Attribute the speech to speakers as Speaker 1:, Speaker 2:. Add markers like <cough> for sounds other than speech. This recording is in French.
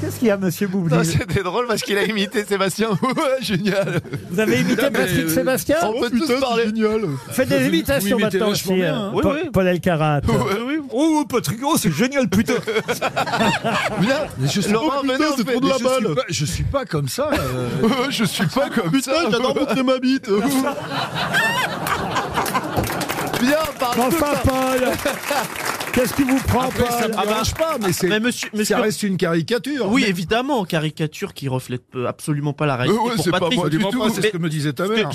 Speaker 1: Qu'est-ce qu'il y a, monsieur
Speaker 2: Non,
Speaker 1: Boublil
Speaker 2: c'était drôle parce qu'il a imité Sébastien. <laughs> Ouais, génial.
Speaker 1: Vous avez imité Patrick Sébastien
Speaker 2: On peut tous parler.
Speaker 1: Faites des imitations
Speaker 3: euh, oh, vous imitez
Speaker 1: maintenant
Speaker 3: vachement
Speaker 1: aussi,
Speaker 3: bien,
Speaker 1: euh,
Speaker 3: hein.
Speaker 1: Pa- Paul Elkarat.
Speaker 3: Oh, Patrick, oh, c'est génial, <laughs> putain.
Speaker 2: Viens,
Speaker 3: je suis
Speaker 2: Laurent,
Speaker 3: pas-
Speaker 2: venez, on fait-
Speaker 3: je suis pas- je suis pas comme ça. euh.
Speaker 2: <laughs> Ouais, Je suis pas comme ça. Putain, j'adore montrer ma bite. <laughs> Viens, on parle tout
Speaker 1: Enfin,
Speaker 2: ça.
Speaker 1: Paul Qu'est-ce qui vous prend,
Speaker 3: Après, ça
Speaker 1: Paul
Speaker 3: me dérange pas, mais c'est.
Speaker 4: Mais monsieur, monsieur-
Speaker 3: Ça reste une caricature.
Speaker 4: oui, évidemment, caricature qui reflète euh, absolument pas la réalité
Speaker 2: Euh, ouais,
Speaker 4: pour
Speaker 2: c'est pas
Speaker 4: Patrick.
Speaker 2: moi du
Speaker 3: Absolument
Speaker 2: tout.
Speaker 3: pas, c'est ce que me disait ta mère.